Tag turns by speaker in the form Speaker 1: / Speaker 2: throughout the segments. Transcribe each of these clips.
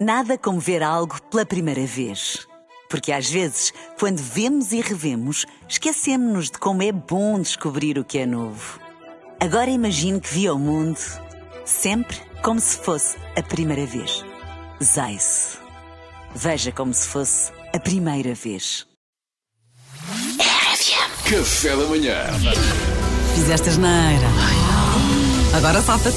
Speaker 1: Nada como ver algo pela primeira vez. Porque às vezes, quando vemos e revemos, esquecemos-nos de como é bom descobrir o que é novo. Agora imagine que viu o mundo sempre como se fosse a primeira vez. Zais. Veja como se fosse a primeira vez.
Speaker 2: Café da manhã.
Speaker 3: Fizeste asneira. Agora safa-te.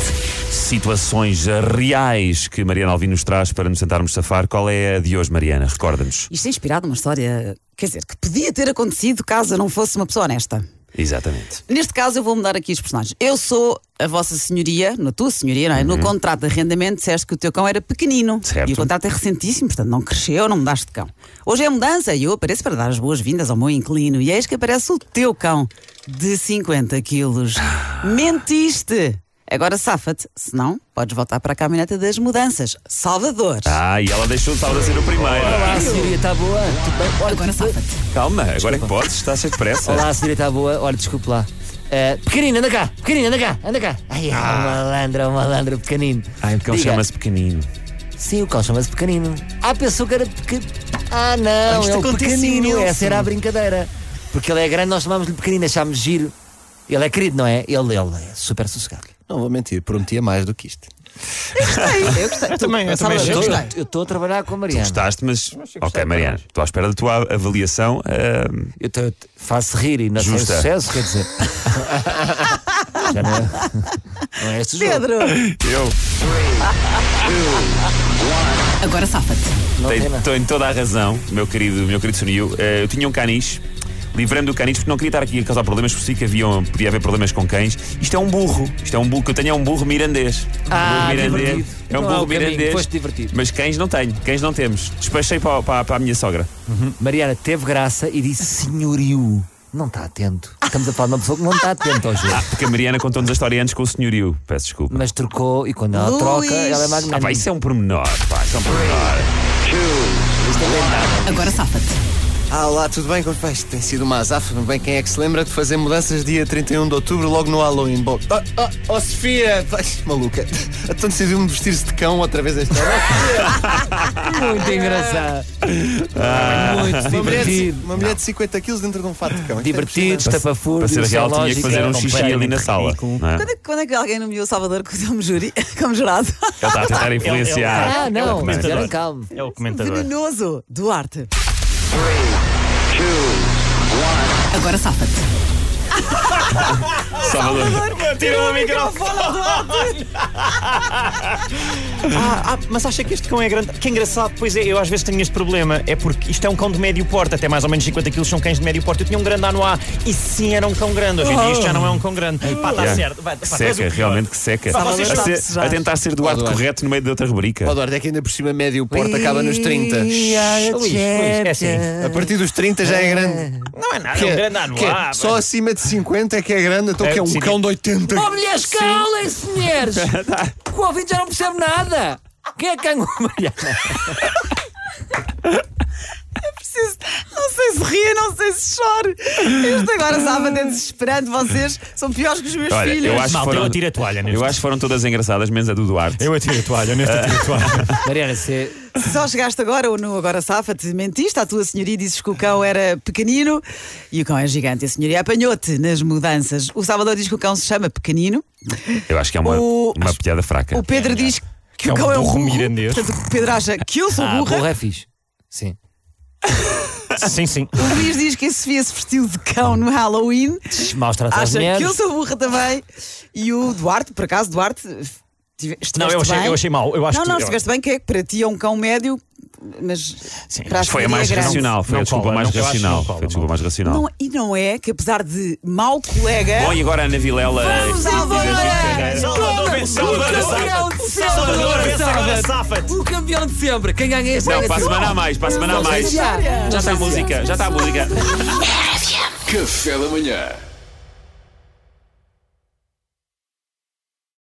Speaker 4: Situações reais que Mariana Alvim nos traz para nos tentarmos safar. Qual é a de hoje, Mariana? Recorda-nos.
Speaker 3: Isto é inspirado numa história, quer dizer, que podia ter acontecido caso eu não fosse uma pessoa honesta.
Speaker 4: Exatamente.
Speaker 3: Neste caso, eu vou mudar aqui os personagens. Eu sou a vossa senhoria, na tua senhoria, não é? No contrato de arrendamento disseste que o teu cão era pequenino.
Speaker 4: Uhum. Certo.
Speaker 3: E o contrato é recentíssimo, portanto não cresceu, não mudaste de cão. Hoje é a mudança e eu apareço para dar as boas-vindas ao meu inquilino. E eis que aparece o teu cão, de 50 quilos.
Speaker 4: Ah.
Speaker 3: Mentiste! Agora safa-te, senão podes voltar para a caminhoneta das mudanças. Salvador!
Speaker 4: Ah, e ela deixou de estar a ser o primeiro.
Speaker 5: Olá, Síria, está boa? Tudo bem? Olha,
Speaker 3: Agora
Speaker 5: tudo bem?
Speaker 3: safa-te.
Speaker 4: Calma, agora é que podes, está sem pressa.
Speaker 5: Olá, Síria, está boa? Olha, desculpe lá. Eh, pequenino, anda cá, pequenino, anda cá, anda cá. Ai, é
Speaker 3: Ah.
Speaker 5: um malandro, é um malandro, pequenino.
Speaker 4: Ai, porque ele
Speaker 5: Diga.
Speaker 4: chama-se pequenino.
Speaker 5: Sim, o cão chama-se pequenino. Ah, pensou que era pequenino. Ah, não,
Speaker 3: Isto
Speaker 5: é o
Speaker 3: acontece
Speaker 5: pequenino.
Speaker 3: imenso.
Speaker 5: Essa era a brincadeira. Porque ele é grande, nós chamámos-lhe pequenino, achámos giro. Ele é querido, não é? Ele, ele é super sossegado.
Speaker 6: Não vou mentir, prometia mais do que isto.
Speaker 3: Eu gostei. Tu-
Speaker 6: também-
Speaker 3: Salvador,
Speaker 6: eu também
Speaker 3: eu
Speaker 5: Eu-
Speaker 3: gostei.
Speaker 5: Eu estou a trabalhar com a Mariana.
Speaker 4: Gostaste, mas. ok, Mariana, estou à espera da tua avaliação. ah,
Speaker 5: Eu te, eu te faço rir e não tenho
Speaker 4: Justa.
Speaker 5: sucesso, quer dizer. Já não é, não é este jogo.
Speaker 3: Pedro!
Speaker 4: eu
Speaker 3: Agora safa-te.
Speaker 5: não tem nada.
Speaker 4: estou em toda a razão, meu querido, meu querido Sunil. Eh, eu tinha um caniche. Livrei-me do caniche porque não queria estar aqui a causar problemas, por si que haviam, podia haver problemas com cães. Isto é um burro. Isto é um burro que eu tenho, é um burro mirandês.
Speaker 5: Ah,
Speaker 4: Um burro mirandês.
Speaker 5: divertido.
Speaker 4: É um
Speaker 5: Não há
Speaker 4: burro
Speaker 5: o caminho,
Speaker 4: mirandês.
Speaker 5: foste divertido.
Speaker 4: Mas cães não tenho, cães não temos. Despachei para, para- para a minha sogra.
Speaker 5: Uhum. Mariana teve graça e disse senhorio. Não está atento. Estamos a falar de uma pessoa que não está atenta ao jogo.
Speaker 4: Ah, porque a Mariana contou-nos a história antes com o senhorio. Peço desculpa.
Speaker 5: Mas trocou e quando ela
Speaker 3: Luís.
Speaker 5: troca, ela é magnânima.
Speaker 4: Ah, pá, isso é um pormenor, pá, isso é um pormenor.
Speaker 3: Agora safa-te.
Speaker 6: Ah, olá, tudo bem? Como vai? Isto tem sido uma azafa. Bem, quem é que se lembra de fazer mudanças dia 31 de outubro, logo no Halloween? Bom, oh, oh, oh Sofia! Vai, maluca! Então decidiu-me vestir-se de cão outra vez esta hora.
Speaker 5: muito engraçado. muito
Speaker 6: Uma mulher, de,
Speaker 5: divertido.
Speaker 6: uma mulher de 50 quilos dentro de um fato de cão. Isto é
Speaker 5: Divertido,
Speaker 6: impressionante.
Speaker 5: estapafúrdio,
Speaker 4: Para ser
Speaker 5: sem
Speaker 4: real, tinha que
Speaker 5: lógica,
Speaker 4: fazer um xixi ali na
Speaker 5: é completamente
Speaker 4: sala.
Speaker 5: ridículo.
Speaker 4: não é?
Speaker 3: Quando é, quando é que alguém nomeou o Salvador como júri, como jurado?
Speaker 4: Ele está a tentar influenciar.
Speaker 5: Ah, não, mas
Speaker 7: comentador.
Speaker 5: era calmo.
Speaker 7: É o
Speaker 5: Tá
Speaker 7: comentador.
Speaker 3: Venenoso, Duarte. Agora safa-te.
Speaker 4: Salvador.
Speaker 7: Tira o microfone! ah, ah, mas acha que este cão é grande? Que engraçado, pois é, eu às vezes tenho este problema. É porque isto é um cão de médio porte, até mais ou menos 50 quilos são cães de médio porte. Eu tinha um grande A e sim era um cão grande. Hoje em dia isto já não é um cão grande. Pá, está
Speaker 4: Yeah.
Speaker 7: certo. Vai,
Speaker 4: que
Speaker 7: pá, tu és o
Speaker 4: seca,
Speaker 7: pior.
Speaker 4: realmente que seca.
Speaker 7: Pá, vocês
Speaker 4: a,
Speaker 7: sabem,
Speaker 4: ser- a tentar ser do
Speaker 6: Ó,
Speaker 4: arte
Speaker 6: Duarte.
Speaker 4: correto no meio de outra rubrica.
Speaker 6: Ó, Duarte, é que ainda por cima médio porte acaba nos 30.
Speaker 5: Luís, Luís, é assim.
Speaker 6: A partir dos 30 já é grande.
Speaker 7: Não é nada, é um grande A
Speaker 6: que
Speaker 5: ah,
Speaker 6: é, só acima de 50 é que é grande, então
Speaker 7: É,
Speaker 6: que é um
Speaker 7: sim.
Speaker 6: cão de 80.
Speaker 5: Oh, mulheres, calem-se, mulheres! o ouvinte já não percebe nada. Quem é que ganhou, Mariana?
Speaker 3: Preciso- Não sei se rio, não sei se choro. Este agora safa-te é desesperante. Vocês são piores que os meus
Speaker 4: Olha,
Speaker 3: filhos.
Speaker 4: eu acho que
Speaker 7: Malta,
Speaker 4: foram,
Speaker 7: eu atiro a toalha neste.
Speaker 4: eu acho que foram todas engraçadas, menos a do Duarte.
Speaker 7: Eu atiro a toalha, neste atiro a toalha.
Speaker 5: Mariana, você.
Speaker 3: Se só chegaste agora ou não, agora safa-te, mentiste à tua senhoria, dizes que o cão era pequenino e o cão é gigante. A senhoria apanhou-te nas mudanças. O Salvador diz que o cão se chama pequenino.
Speaker 4: Eu acho que é uma,
Speaker 3: O-
Speaker 4: uma piada fraca.
Speaker 3: O Pedro diz que
Speaker 7: É
Speaker 3: o
Speaker 7: um
Speaker 3: cão é um
Speaker 7: burro
Speaker 3: burro.
Speaker 7: mirandês.
Speaker 3: Portanto, o Pedro acha que eu sou
Speaker 5: Ah,
Speaker 3: burra.
Speaker 5: burra é fixe. Sim.
Speaker 7: Sim, sim.
Speaker 3: O Luís diz que a Sofia se vestiu de cão no Halloween.
Speaker 5: Maus tratos às
Speaker 3: Acha
Speaker 5: mulheres.
Speaker 3: que eu sou burra também. E o Duarte, por acaso, Duarte, tive- estiveste
Speaker 7: Não, eu achei,
Speaker 3: bem.
Speaker 7: eu achei mal. Eu acho
Speaker 3: não, não,
Speaker 7: que,
Speaker 3: estiveste bem, que é que para ti é um cão médio, mas
Speaker 7: Sim,
Speaker 3: para a
Speaker 7: mas
Speaker 4: Foi a
Speaker 3: Sofia
Speaker 4: mais
Speaker 3: é grande.
Speaker 4: racional, foi
Speaker 7: Não
Speaker 4: a desculpa
Speaker 7: cola,
Speaker 4: mais
Speaker 7: não- eu acho que não
Speaker 4: racional.
Speaker 7: cola,
Speaker 4: Foi a desculpa mais racional.
Speaker 3: Não, é. e não é que apesar de mau colega.
Speaker 4: Bom, e agora a Ana Vilela.
Speaker 7: Salvador, vence, Salvador,
Speaker 5: Salvador,
Speaker 7: Salvador, vence agora,
Speaker 5: Salvador,
Speaker 7: safa-te.
Speaker 5: o campeão de sempre. Quem ganha é este
Speaker 4: Não,
Speaker 5: ganha
Speaker 4: para a
Speaker 5: tudo.
Speaker 4: semana há mais, para a semana há mais.
Speaker 3: Já.
Speaker 4: Já está a música, já está a música.
Speaker 2: Café da manhã.